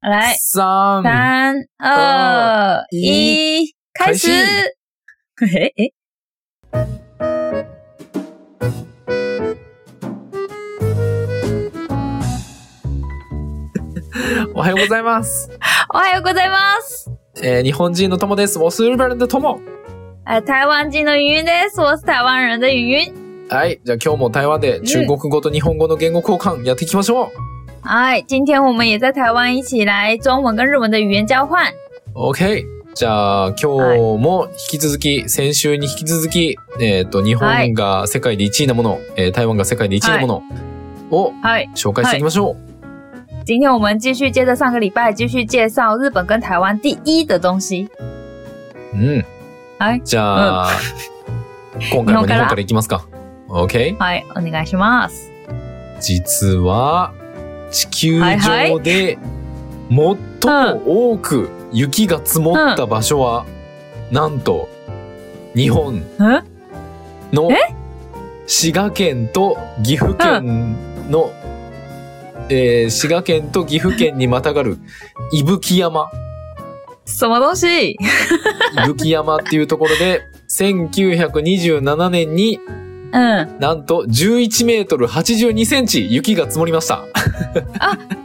来，三三二一，开始开始。嘿嘿，おはようございます。おはようございます。えー日本人の友です。我是日本人的友。哎，台湾人的云云です。我是台湾人的云云。はい。じゃあ今日も台湾で中国語と日本語の言語交換やっていきましょ哎，今天我们也在台湾一起来中文跟日文的语言交换。う。OK。じゃあ今日も引き続き、先週に引き続き、えっ、と、日本が世界で1位なもの、えー台湾が世界で1位なものを哎，紹介していきましょう。今天我们继续接着上个礼拜，继续介绍日本跟台湾第一的东西。うん。はいじゃあ、今回も日本からいきますか。OK。哎，お願いします。実は、地球はいは上いで最も多く雪が積もった場所は、なんと、日本嗯，のえ滋賀県と岐阜県の、えー滋賀県と岐阜県にまたがる伊吹山。什么东西？伊吹山っていうところで、1927年に嗯，なんと11メートル82センチ雪が積もりました。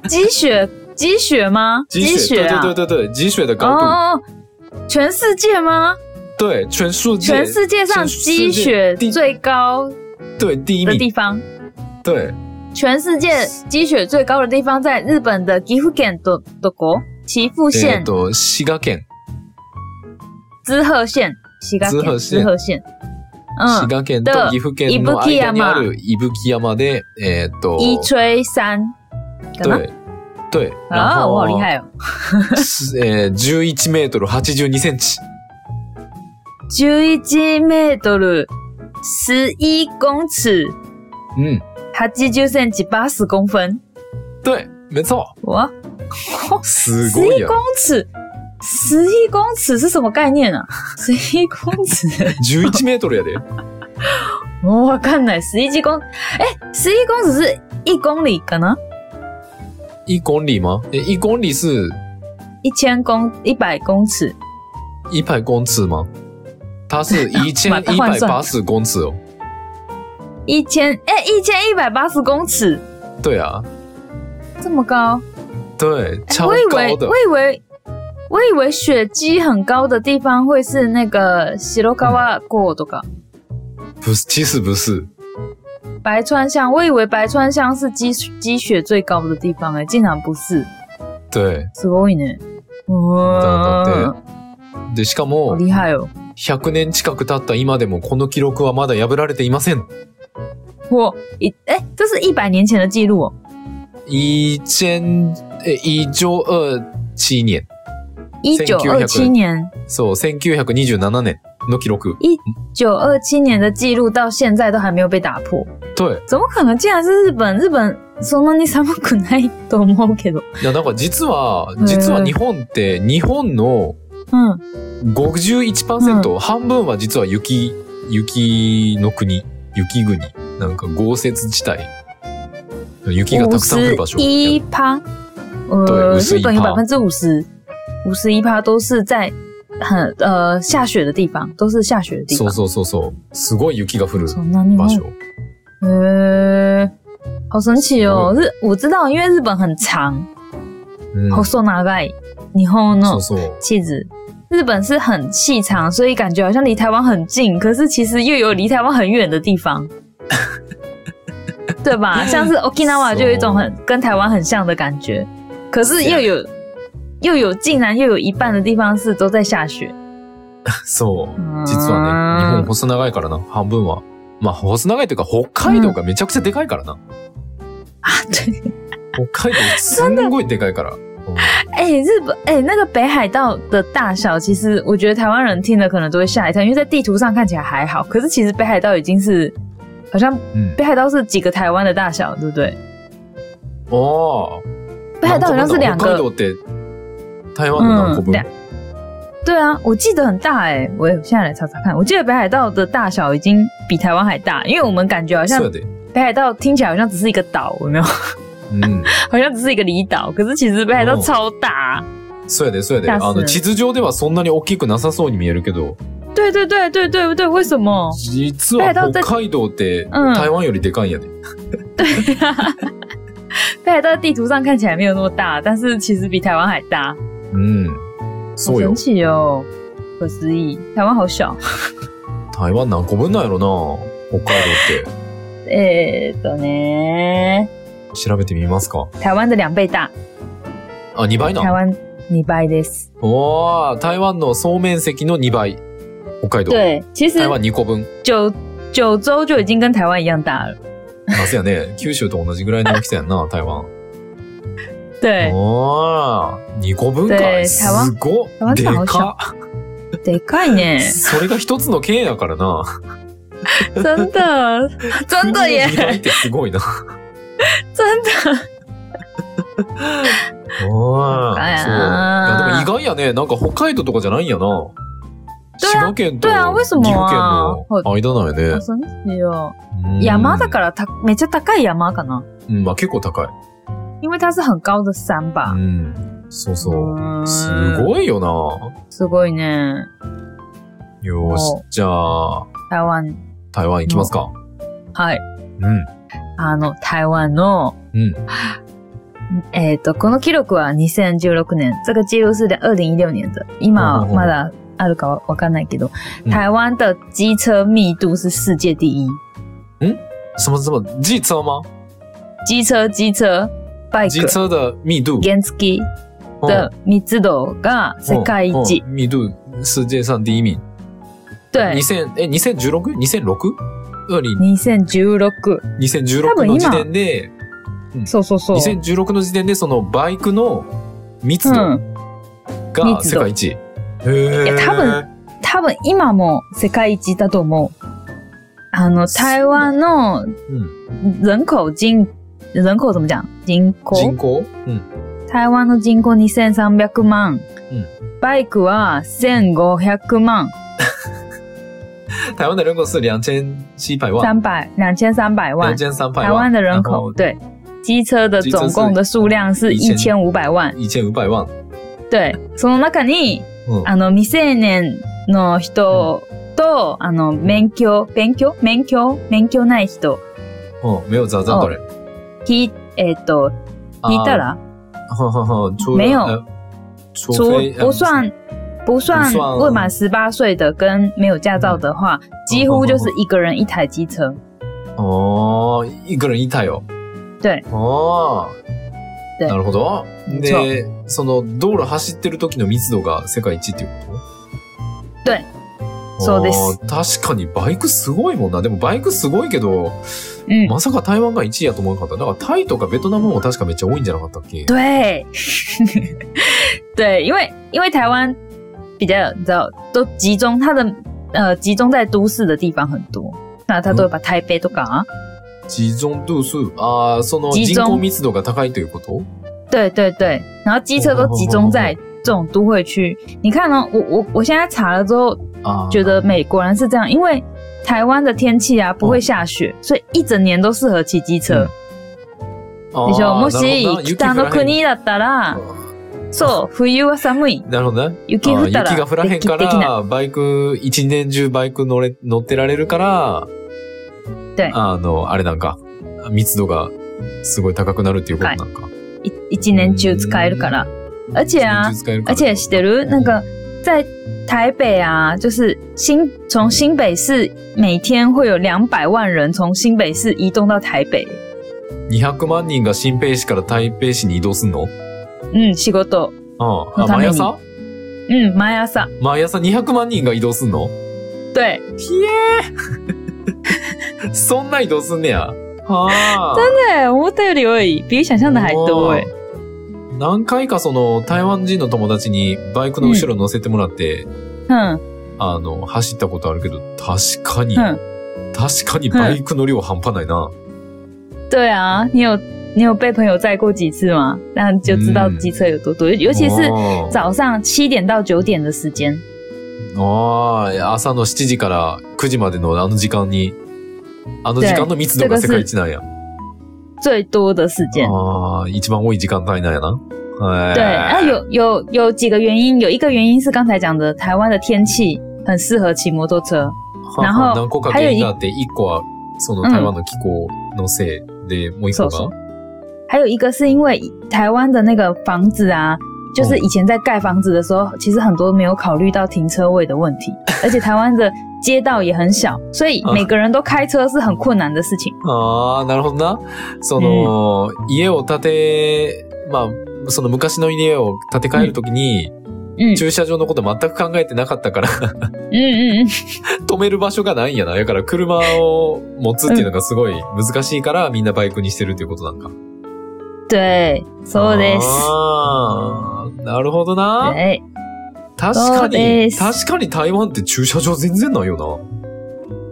积雪，积雪吗？积雪啊！对对对对对，积雪的高度。哦，全世界吗？对，全世界，全世界上全积世界雪第最高对第一的名地，方，对全世界积雪最高的地方在日本的岐阜县的的国岐阜え县っ、と滋賀県、滋贺县、滋賀滋县、賀县滋賀县。滋嗯，賀県と的岐阜県の間にある伊吹山で、えっと、伊吹山，干嘛？对对，然啊，我好后厉害哦！是 え十一メートル八十二センチ， 11メートル、11公尺、嗯， 80センチ、80公分。对，没错，哇，すごい11よ公。尺，11公尺是什么概念啊？11公尺，十一メートルやで。 哦我わかんない。11公，哎、11公尺是一公里可能？一公里吗？え一公里是一千公一百公尺，一百公尺吗？它是一千また一换百算八十公尺哦。一千哎、一千一百八十公尺，对啊，这么高？对，哎超我以高为的我。以为我以为雪积很高的地方会是那个西罗高瓦过とか。不是，其实不是，白川乡，我以为白川乡是积积雪最高的地方、欸，哎，竟然不是，对。すごいね。哇，だだで、しか好も、厉害哦！ 100年近く経った今でもこの記録はまだ破られていません。哇，一哎、这是一百年前的记录哦，以前、え、以上27年。一九二七年，そう、1927年の記録。九二七年的记录到现在都还没有被打破，对。怎么可能？竟然是日本，日本そんなに寒くないと思うけど、いや、なんか実はう、ん実は日本って、日本の嗯， 51%、半分は実は雪、雪の国、雪国。なんか豪雪地帯。雪がた五くさん降十る場所。一趴，呃，对51%日本有百分之五十，五十一趴都是在很呃下雪的地方，都是下雪的地そ方う。そうそうそう。すごい雪が降るそんなに場も所。呃，好神奇哦！嗯日我知道，因为日本很长，うん好瘦長い。日本そのうそう。气质，日本是很细长，所以感觉好像离台湾很近，可是其实又有离台湾很远的地 方，对吧？像是 Okinawa そう就有一种很跟台湾很像的感觉，可是啊又有又有竟然又有一半的地方是都在下雪。そう。嗯実はね、日本細長いからな、半分は。まあ、細長いというか、北海道がめちゃくちゃでかいからな。啊，对，北海道すんごいでかいから。哎、日本，哎、那个北海道的大小，其实我觉得台湾人听了可能都会吓一跳，因为在地图上看起来还好，可是其实北海道已经是，好像うん。北海道是几个台湾的大小，对不对？あ北海あ。道好像是两北个，海道って、台湾の何個分两，对啊，我记得很大哎、我也现在来查查看，我记得北海道的大小已经比台湾还大，因为我们感觉好像そうやで。北海道听起来好像只是一个岛，有没有？ うん。好像只是一个离岛，可是其实北海道超大。そうやで、そうや出で。すあの、地図上ではそんなに大きくなさそうに見えるけど、对对对对对对，为什么？実は北海道ってうん台湾よりでかいんやで。北海道地图上看起来没有那么大，但是其实比台湾还大，うん。好そう神。よ奇哦，不可思议。台湾好小， 台湾何個分なんやろな北海道っえー、っとね，て。調べてみますか。欸台湾的两倍大，あ、2倍な台の湾二倍です。おー、台湾の総面積の2倍。北海道。对，其实台湾2個分。九九州就已经跟台湾一样大了。あ、そ うやね。九州と同じぐらいの大きさやんな、台湾。对，おー、2個分かでい。す台湾ごっ台湾で島好小かっ得快 呢，それが一つの県やからな。真 的，真的耶，国の二倍ってすごいな。真的。おー。そう。いかやや、なでも意外やね。なんか北海道とかじゃないんやな。对滋啊賀県と岐对啊为什阜么県啊の間なんや好ね。神奇哦！うん山だからためっちゃ高い山かな，うん、まあ結構高い。因为它是很高的山う吧。ん。そうそう。嗯すごいよな。すごいね。よーしお。じゃあ、台湾台湾行きますか。はい。うん。あの、台湾の、うん。えっ、と、この記録は2016年。这个记录是2016年的。今うんうんはうんまだあるかわわかんないけど、うん台湾的机车密度是世界第一。什么什么？机车吗？机车、機車、バイ机ク、车的密度。原付的密度が世界一。嗯嗯密度世界上第一名。对二。千え二千十六二千六二零2016。二千十六の時点でそうそうそう二。千十六の時点でそのバイクの密う度ん。密が度世界一。へえ。や多分多分今も世界一だと思う。あの、台湾のうん。人口人、人口怎么讲？人口人口？うん。台湾の人口2300万。うんバイクは1500万。台湾的人口是两千七百万，三百、2300两万。千三百台湾万，的人然口后对。机车的总共的数量是机车是1500万。一千五百万。对。その中に、うん。あの、未成年の人と、あの、免許、勉強免許免許ない人。うん。没有找到的人。ひ、えっ、と、聞いたら、呵呵呵，除了没有呃除除非不算不算嗯不算未满十八岁的跟没有驾照的话，几乎就是一个人一台机车。哦，一个人一台哦。对。哦。对なるほど。そで、その道路走ってる時の密度が世界一っていうこと？对。そうです。確かにバイクすごいもんな。でもバイクすごいけど、嗯，まさか台湾が1位やと思わなかった。だからタイとかベトナムも確かめっちゃ多いんじゃなかったっ け？对，对，因为因为台湾比较你知道都集中它的呃集中在都市的地方很多，那它都会把台北都搞啊。集中度数、ああ、その集人中口密度が高いということ？对对对，然后机车都集中在这种都会区。你看哦，我我我现在查了之后，ああ。觉得美果然是这样，因为台湾的天气啊不会下雪，所以一整年都适合骑机车。ああでしょもなるほどなし雪降北嗯らのへん国だったら、そう、冬は寒い。なるほどね。雪あ降ーったら、雪が降らへんかできなら、バイク、一年中バイク乗れ、乗ってられるから、对あの、あれなんか、密度がすごい高くなるっていうことなんか。い一年中使えるから。而且啊一年中，使えるから而且知ってる那个在台北啊，就是新从新北市每天会有两百万人从新北市移动到台北。 200万人が新北市から台北市に移動すんの嗯，仕事。ああ、のため毎に朝嗯，毎朝。毎朝200万人が移動すんのひ对，えーそんな移動すんねや。 はあ。对，思ったより多い。比想象的还多哎。何回かその、台湾人の友達にバイクの後ろ乗せてもらって、嗯あの、走ったことあるけど、確かに、嗯，確かにバイクの量半端ないな。对啊，你有你有被朋友载过几次吗？那你就知道嗯哦机车有多多，尤尤其是あー早上七点到九点的时间。あー朝の7時から9時までのあの時間に、あの時間の密度が世界一なんや。最多的时哦间。ああ、一番多い時間帯なんやな。对，那哎，有有有几个原因，有一个原因是刚才讲的，台湾的天气很适合骑摩托车。は然後何個か原因があって、一個はそのうん台湾の気候のせいで、もう一個そうがそ还有一个是因为台湾的那个房子啊，就是以前在盖房子的时候，其实很多没有考虑到停车位的问题，而且台湾的街道也很小，所以每个人都开车是很困难的事情。ああ、なるほどな。その、家を建て、まあ、その昔の家を建て替えるときに、 嗯駐車場のこと全く考えてなかったから、嗯嗯 嗯，止める場所がないんやな。だから車を持つっていうのがすごい難しいから、みんなバイクにしてるっていうことなんか。对，そうです。あーなるほどな。对，確そかうでに、す確かに台湾って駐車場全然ないよ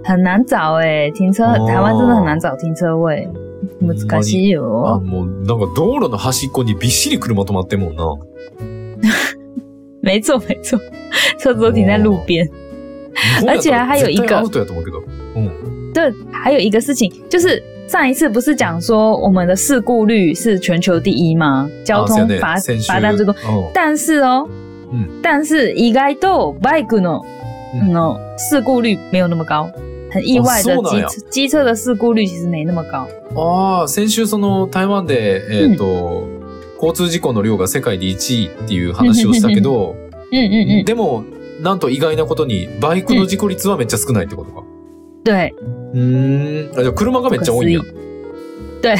很难找哎、停车哦台湾真的很难找停车位，ほんま難にしいな。あよ。もう、なんか道路の端っこにびっしり車止まってんもんな。没错没错， 车子都停在路边。哦日本やあったら違う絶対还有一个アウトやと思うけど。うん。对，还有一个事情就是上一次不是讲说我们的事故率是全球第一吗？交通罚あそうやね先週罚单最多，うん但是哦，嗯但是意外とバイクの嗯の哦事故率没有那么高，很意外的哦そうなん机や车机车的事故率其实没那么高。ああ、先週その台湾で、えっ、と、交通事故の量が世界で1位っていう話をした けど、嗯嗯嗯，でも、なんと意外なことに、バイクの事故率はめっちゃ少ないってことか。对，うーん。あじゃあ車がめっちゃ多いんや。对，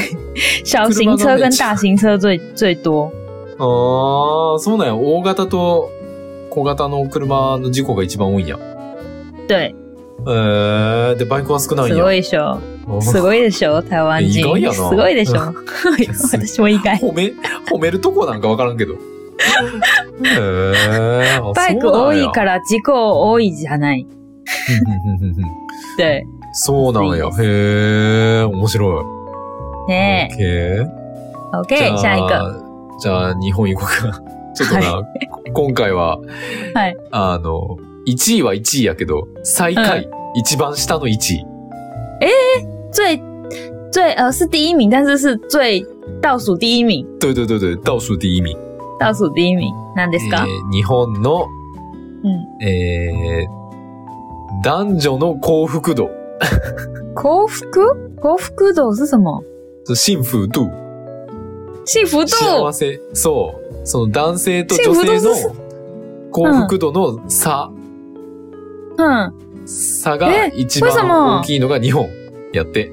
小型车跟大型车最最多。ああ、そうなんや。大型と小型の車の事故が一番多いんや。对，えー、で、バイクは少ないんすやご。いでしょ。あーすごいでしょ、台湾人。意外やなすごいでしょ。私も意外。褒め、褒めるとこなんかわからんけど。へえー。。バイク多いからら事故多いじゃない。うんうんうんうん对，そうなんや。へえ、面白い。ねえ。え。 OK，下一个。じゃあ、日本行こうか。 ちょっとな、今回は、はいあの、1位は1位やけど、最下位、一番下の1位。最最呃是第一名，但是是最倒数第一名，对对对对、倒数第一名。倒数第一名なんですか？えー日本の、うんえー男女の幸福度、幸福幸福度是什么？幸福度、幸福幸度。せ、そう、その男性と女性幸の幸福度の差、嗯，差がえ一これ番様大きいのが日本やって。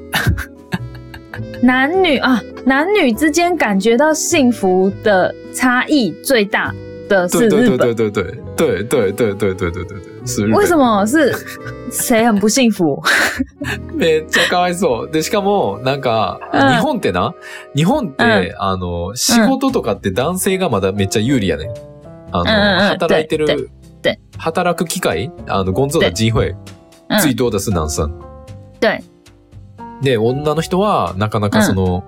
男女啊，男女之间感觉到幸福的差异最大的是对日本。对对对对对对对对对对对对对，是日为本什么是谁很不幸福？めっちゃかわいそう。で、しかも、なんか、うん日本ってな、日本って、うあの、仕事とかって男性がまだめっちゃ有利やねん。あの、うんうんうん働いてでるで、働く機会あの、工作的机会、嗯最多的是男生。 对。で、女の人は、なかなかその、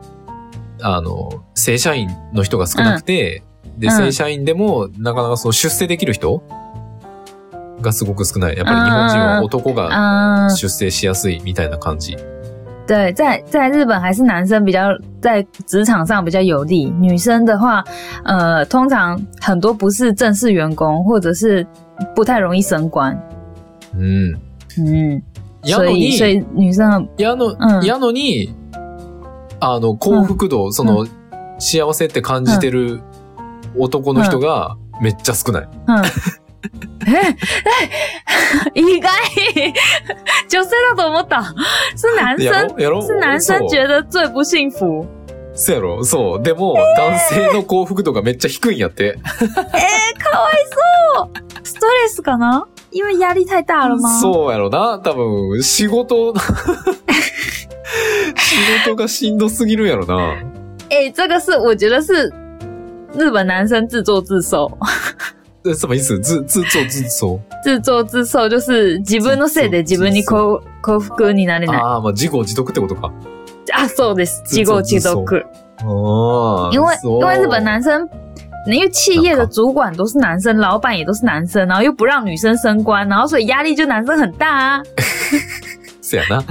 あの、正社員の人が少なくて、で、うん正社員でも、なかなかその出世できる人がすごく少ない。やっぱり日本人は男が嗯，出世しやすいみたいな感じ。对，在在日本还是男生比较在职场上比较有利，女生的话，呃，通常很多不是正式员工，或者是不太容易升官。うん。嗯，や所の以所に、以女生很やのう、んやのに、あの、幸福度、その、幸せって感じてる男の人がめっちゃ少ない。嗯，哎哎， 意外，就是那怎么打？是男や生，ろやろ是男生そう觉得最不幸福。そうやろそう。でも、男性の幸福度がめっちゃ低いんやって。 stress 可能因为压力太大了吗？そうやろな。多分、仕事、仕事がしんどすぎるんやろな。哎、这个是我觉得是日本男生自作自受。 え、什么意思ず、ずっとずっと。自作自受就是自分のせいで自分に幸幸福になれない。ああ、まあ、自業自得ってことか。あ、そうです。自自作業自自受得。哦，因为そう因为日本男生，因为企业的主管都是男生，老板也都是男生，然后又不让女生升官，然后所以压力就男生很大啊。そやな。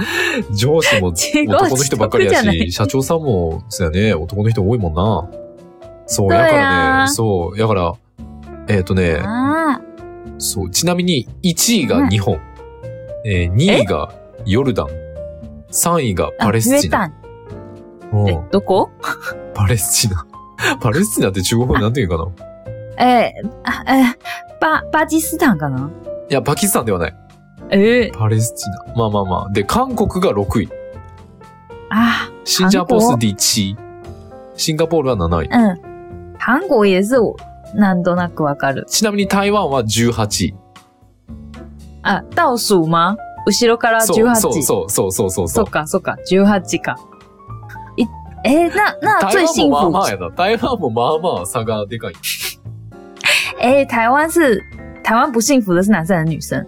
上司 も自業男の人ばっかりや自得じゃなし、社長さんも、そやね、男の人多いもんな。そう、やかそうらやね、そう、やから、えっ、とね、あそう、ちなみに1位が日本、えー2位がヨルダン、3位があ。パレスチあナ。ウェタンうんえ、どこパレスチナ。 パレスチナって中国語でなんて言うかなえー、あえー、パ、パキスタンかないや、パキスタンではない。ええパレスチナ。まあまあまあ。で、韓国が6位。啊，新加坡是第七。シンガポールは7位。嗯，韩国也是我なんとなくわかる。ちなみに台湾は18位。あ、啊倒数吗？後ろからそ十う八。そうそうそうそうそうそ。そうかそうか、十八か。いえー、那那台最湾幸もま福あまあやな。台湾もまあまあ差がでかい。えー哎台湾是台湾不幸福的是男生还是女生？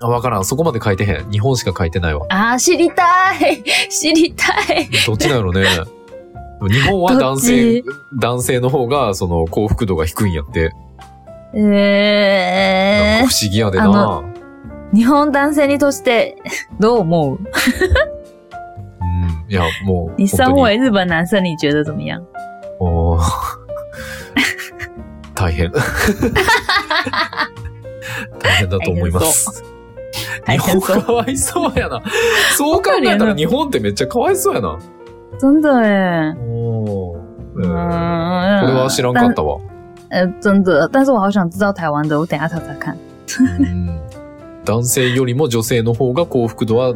あわからん。そこまで書いてへん。日本しか書いてないわ。あー、知りたい 知りたいどっちな のね。でも日本は男性、男性の方が、その幸福度が低いんやって。なえんか不思議やであなの。ー、日本男性にとしてどう思ううん。いや、もう。你身本当に为日本男生，你觉得怎么样？おー大変。 大変だと思います。日大変本そうかわいそうやな。そう考えたら日本ってめっちゃかわいそうやな。真的哎，おー嗯えーこれは知らんかったわ。呃，真的，但是我好想知道台湾的，我等一下查查看。うん男性よりも女性の方が幸福度は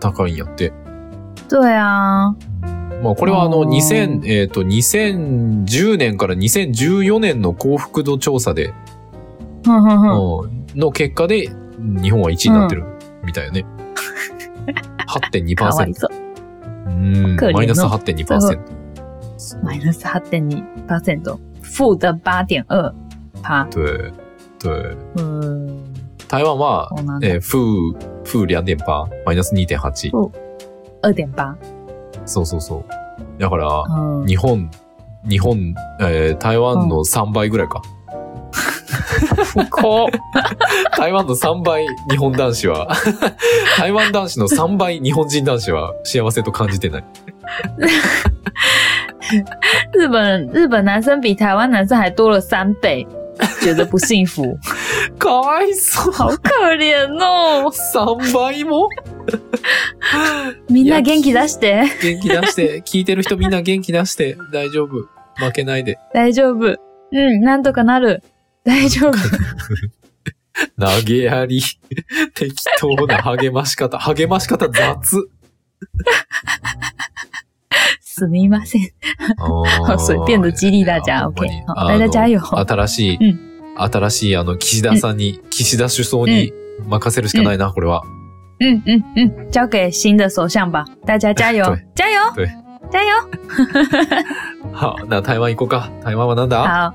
高いんやって。对啊，まあこれはあのあー2000、えっ、と2010年から2014年の幸福度調査で、哼哼哼，うんの結果で日本は1位になってるみたいよね。 卡哇伊8.2%。索うん可憐のマイナス8.2%。 minus 八点一 percent，负的八点二趴。对对。嗯，台湾はそうなん、だえー、負、負2.8%、マイナス2.8。二点八。そうそうそう。だから、嗯，日本、日本、えー台湾の3倍ぐらいか。高。台湾の3倍、日本男子は。 台湾男子の3倍、日本人男子は幸せと感じてない。日本日本男生比台湾男生还多了三 倍，觉得不幸福，かわいそう。好 可怜哦。 3倍もみんな元気出して。元気出して、聞いてる人みんな元気出して、大丈夫。負けないで。大丈夫。嗯うん、なんとかな る。大丈夫。 投げやり。適当な励まし方。励まし方雑。すみません。 好随便的激励大家いやほんまに OK 好あの大家加油新しい、う新しい、あの、岸田さんに、岸田首相に任せるしかないな、これは。嗯嗯嗯，交给新的首相吧，大家加油对，加油对，加油！はな、台湾行こうか。台湾はなんだ好，嗯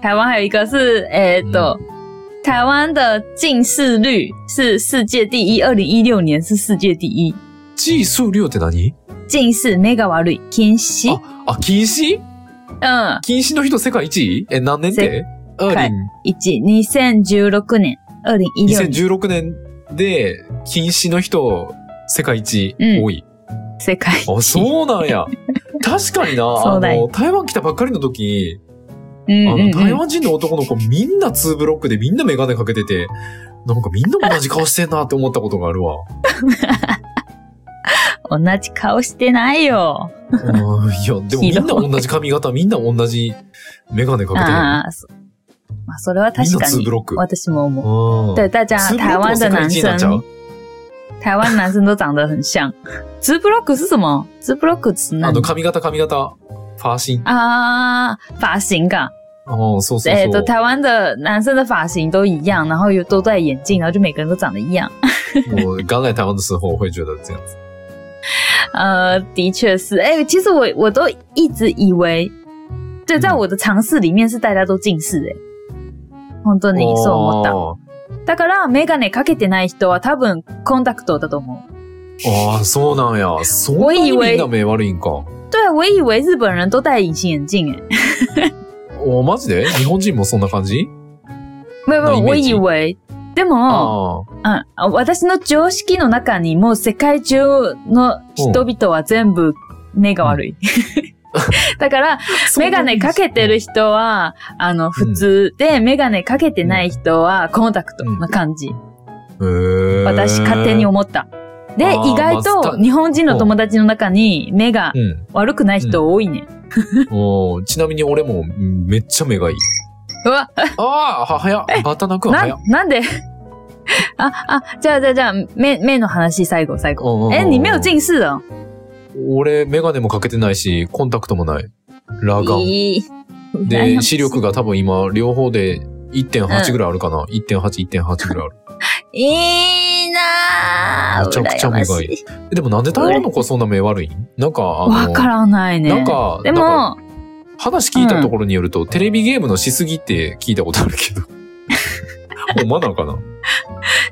台湾还有一个是，诶、的、台湾的近视率是世界第一，二零一六年是世界第一。 G 数量って何近视 mega 瓦率近视，あ、禁止嗯，禁止の人世界一位え、何年って界 ?2000 以及二千十六年，二零一六年2016年で、禁止の人、世界一うん多い。世界一あ、そうな んや。確かにな、そあうだの、よ台湾来たばっかりの時、嗯あ嗯の、台嗯，湾人の男の子みんな2ブロックでみんなメガネかけてて、なんかみんな同じ顔してんなって思ったことがあるわ。同じ顔してないよ。うん いや、でもみんな同じ髪型、みんな同じメガネかけてる。ああ、そまあそれはみん確なか2にブ。ロック。私も思う。うん对大家ツーブロッ台湾的クも世界男一になっちゃう生，台湾男生都长得很像。直 block 是什么？直 block 是那あの、髪型、髪型、ファーシン。啊，发型感。うん、そうそう哎，そ都う。台湾的男生的发型都一样，然后又都戴眼镜，然后就每个人都长得一样。我刚来台湾的时候，我会觉得这样子。呃，的确是。哎，其实我我都一直以为，对，嗯在我的尝试里面是大家都近视哎。本当にそう思った。だから、メガネかけてない人は多分コンタクトだと思う。あーあー、そうなんや。そんなにみんな目悪いんか。对，我以为日本人都戴隐形眼镜诶。おマジで日本人もそんな感じ没有没有，那我 image 以为でも、ああ私の常識の中にもう世界中の人々は全部目が悪い。 だから、ーメガネかけてる人は、あの、普通で、メガネかけてない人は、コンタクトな感じ。私、勝手に思思った。で、あー意外まあと、日本人の友達の中に、目がうん。悪くない人多いね。おーちなみに俺もうんめっちゃ目がいい。うわ、ああ、は、早っ。バタナ君な早っ。、なんで あ、あ、じゃあ、じゃあ、じゃあ、目、目の話、最後、最後。うんうんうんえ、你没有近视哦。俺、メガネもかけてないし、コンタクトもない。裸咦眼。で、視力が多分今、両方で1.8ぐらいあるかな。1.8、1.8ぐらいある。いいなぁ。めちゃくちゃ目がい羨いましえでもなんで台湾の子そんな目悪いんなんか、あわの、からないね。なんか、でなんかも、話聞いたところによると、テレビゲームのしすぎって聞いたことあるけ ど。おまなんかな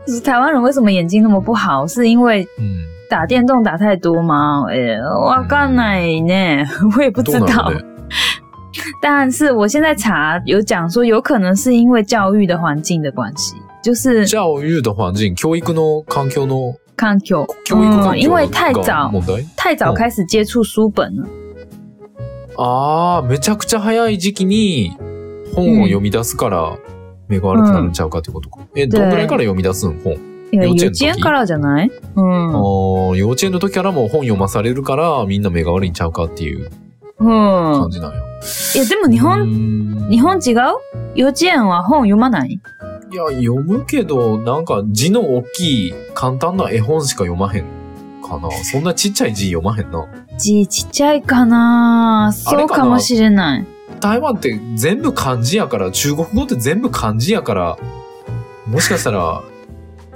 就是台湾人为什么眼睛那么不好？是因为うん。打电动打太多吗？呃，わかんないね，我也不ど知うな道の。ね。但是我现在查有讲说，有可能是因为教育的环境的关系，就是じゃあ、言うた話人、教育の環境の、看球，教育環因境为太が早問題太早开始接触书本了，ああ、めちゃくちゃ早い時期に本を読み出すから、目が悪くなるんちゃうかってことか。え、どんぐらいから読み出すん本。因为幼稚幼園の時稚園からじゃない？うんああ、幼稚園の時からもう本読まされるから、みんな目が悪いんちゃうかっていううん感。じなんよ。いやでも日う本ーん日本違う？幼稚園は本読まない？いや、読むけど、なんか字の大きい、簡単な絵本しか読まへんかな。そんなちっちゃい字読まへんな。字ちっちゃいかな。あそれかなうかもしれない。台湾って全部漢字やから、中国語って全部漢字やから、もしかしたら、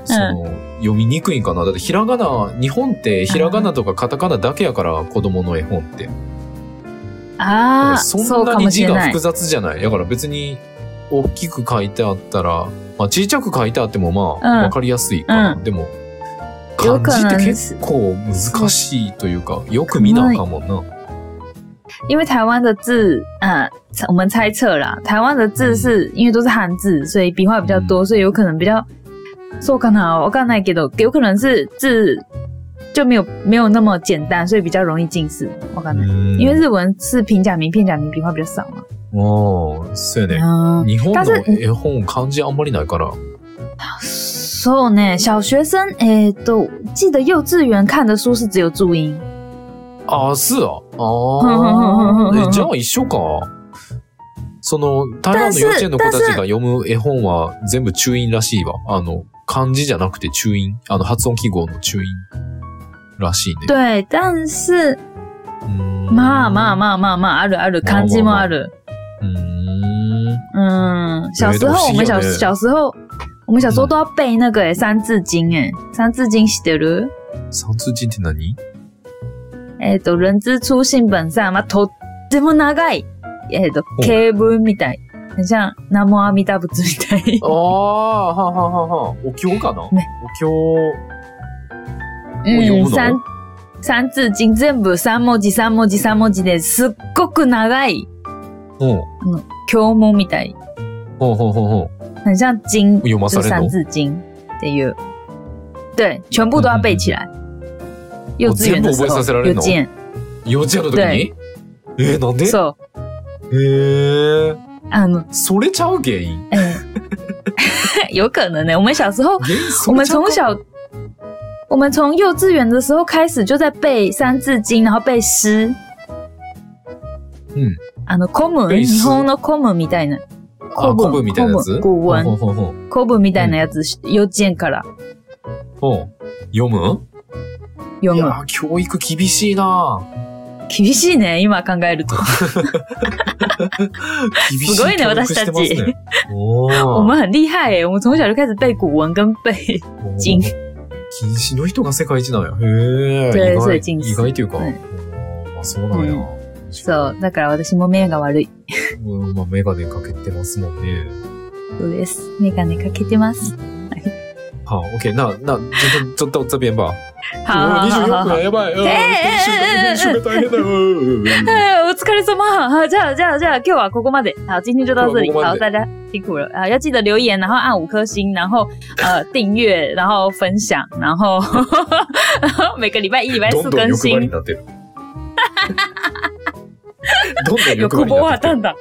その、読みにくいんかな。だってひらがな、日本ってひらがなとかカタカナだけやから、子供の絵本って。ああ、そそんうなかにもし字れがない複。雑じゃない。だから別に、大きく書いてあったら、まあ小さく書いてあってもまうあ、んわかりやすいかな。うでも、よ漢く字なっんてで結す構難しいというか、よく見なあかんもんな。因为台湾的字，呃，我们猜测啦，台湾的字是因为都是汉字，所以笔画比较多，所以有可能比较そうかな，哦我刚才给的，有可能是字就没有没有那么简单，所以比较容易近视。我刚才，うん因为日文是平假名，片假名笔画比较少嘛。うん、そうやね。嗯，日本但是の絵本漢字あんまりないから。 so 呢，小学生诶，都记得幼稚园看的书是只有注音，ああ、すあ。うんうんうんうんうああ。んえじゃあ一緒か。その、台湾の幼稚園の子たちが読む絵本は全部注音らしいわ。あの、漢字じゃなくて注音。あの、発音記号の注音らしいね。对，但是うーんまあまあまあまあまああるある漢字もある。うーん。嗯，小有一时种候西我们小洋的小时候，我们小时候嗯都要背那个诶、三字经》诶，《三字经》写的る，三通人って何诶、と人之初性本善嘛，とっても長い、えっ、と哦経文みたい、很像南无阿弥陀仏みたいあ。あ、はははは。お経かな、ねお経。読むの三三字经全部三文字三文字三文字ですっごく長いうん。経文みたい、ほうほうほうほう。很像经，読ま就さ是れる三の字经っていう。对，全部都要背起 来。幼稚园的时全部覚えさせら候，幼れるの稚園。幼稚園の時にえー、なんでそう。へえ。あの、それちゃう原因。哎、 有可能呢、我们小时候，原因そ我们れちゃうか从小，我们从幼稚园的时候开始就在背《三字经》，然后背诗。嗯，あの、古文、背詩日本の古文みたいな、あ古文古文みたいなやつ古文ほうほうほう古文みたいなやつ、幼稚園からほうほう読む読いやむ。ー教育厳しいな厳しいね、今考え ると。厳しいすごいね教育してます私たねお我ー们很厉害耶，我们从小就开始背古文跟背。 おー人禁止の人が世界一なんや。へそうえ。意そ外う禁止意外というか。うんおーまあそうなんやう。そう、だから私も目が悪い。うん。まあメガネかけてますもんね。そうです。メガネかけてます。好，OK，那那就就就到这边吧。好好好好好24分。やばい。うんえー編集が編集が大変だよ。うん哎，我疲れ様。好，じゃあじゃあじゃあ今日はここまで。好，今天就到这里。今日は好，ここまで大家辛苦了啊！要记得留言，然后按五颗星，然后呃订阅，然后分享，然后然后每个礼拜一、礼拜ど四んどん更欲張り新に。な ってる。どんどん欲張欲りに望なはってだる。んだん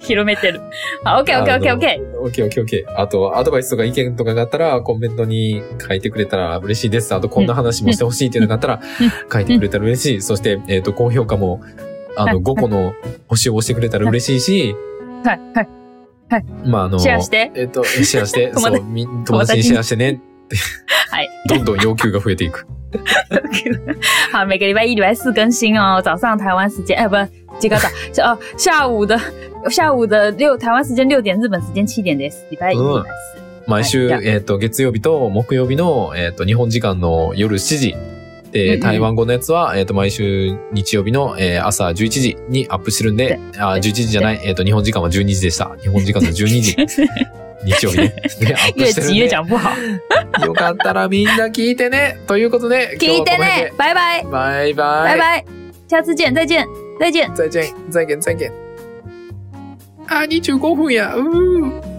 広めてる。あ、OK、OK、OK、OK。オッケーオッケーオッケー。あと、アドバイスとか意見とかがあったら、コメントに書いてくれたら嬉しいです。あと、こんな話もしてほしいっていうのがあったうらん、書いてくれたら嬉しい。そして、えっ、と、高評価も、あはいの、5個の星を押してくれたら嬉しいし、はい、はい。まあ、あの、シェアして。えっ、と、シェアして、友達そう、み 友達にシェアしてね。 はい。どんどん要求が増えていく。好，每个礼拜一、礼拜四更新哦。早上台湾时间，哎、不，这个早是哦，下午的下午的六台湾时间六点，日本时间七点です。礼拜一、礼うん拜四。毎週、はいえっ、と、月曜日と木曜日の、えっ、と、日本時間の夜7時。うんで、うん台湾語のやつは、えっ、と、毎週日曜日の、えー朝11時にアップしてるんで、あ、11時じゃない、えっ、と、日本時間は12時でした。日本時間の12時。 日曜日ね。で、アップ越してるん急で越讲不好。よかったらみんな聞いてね。ということで、聞いてね，拜拜，今日はこの辺で。バイバ拜イ。拜，下次见，再见，再见。再见、再见、再见。あ、25分や。うー。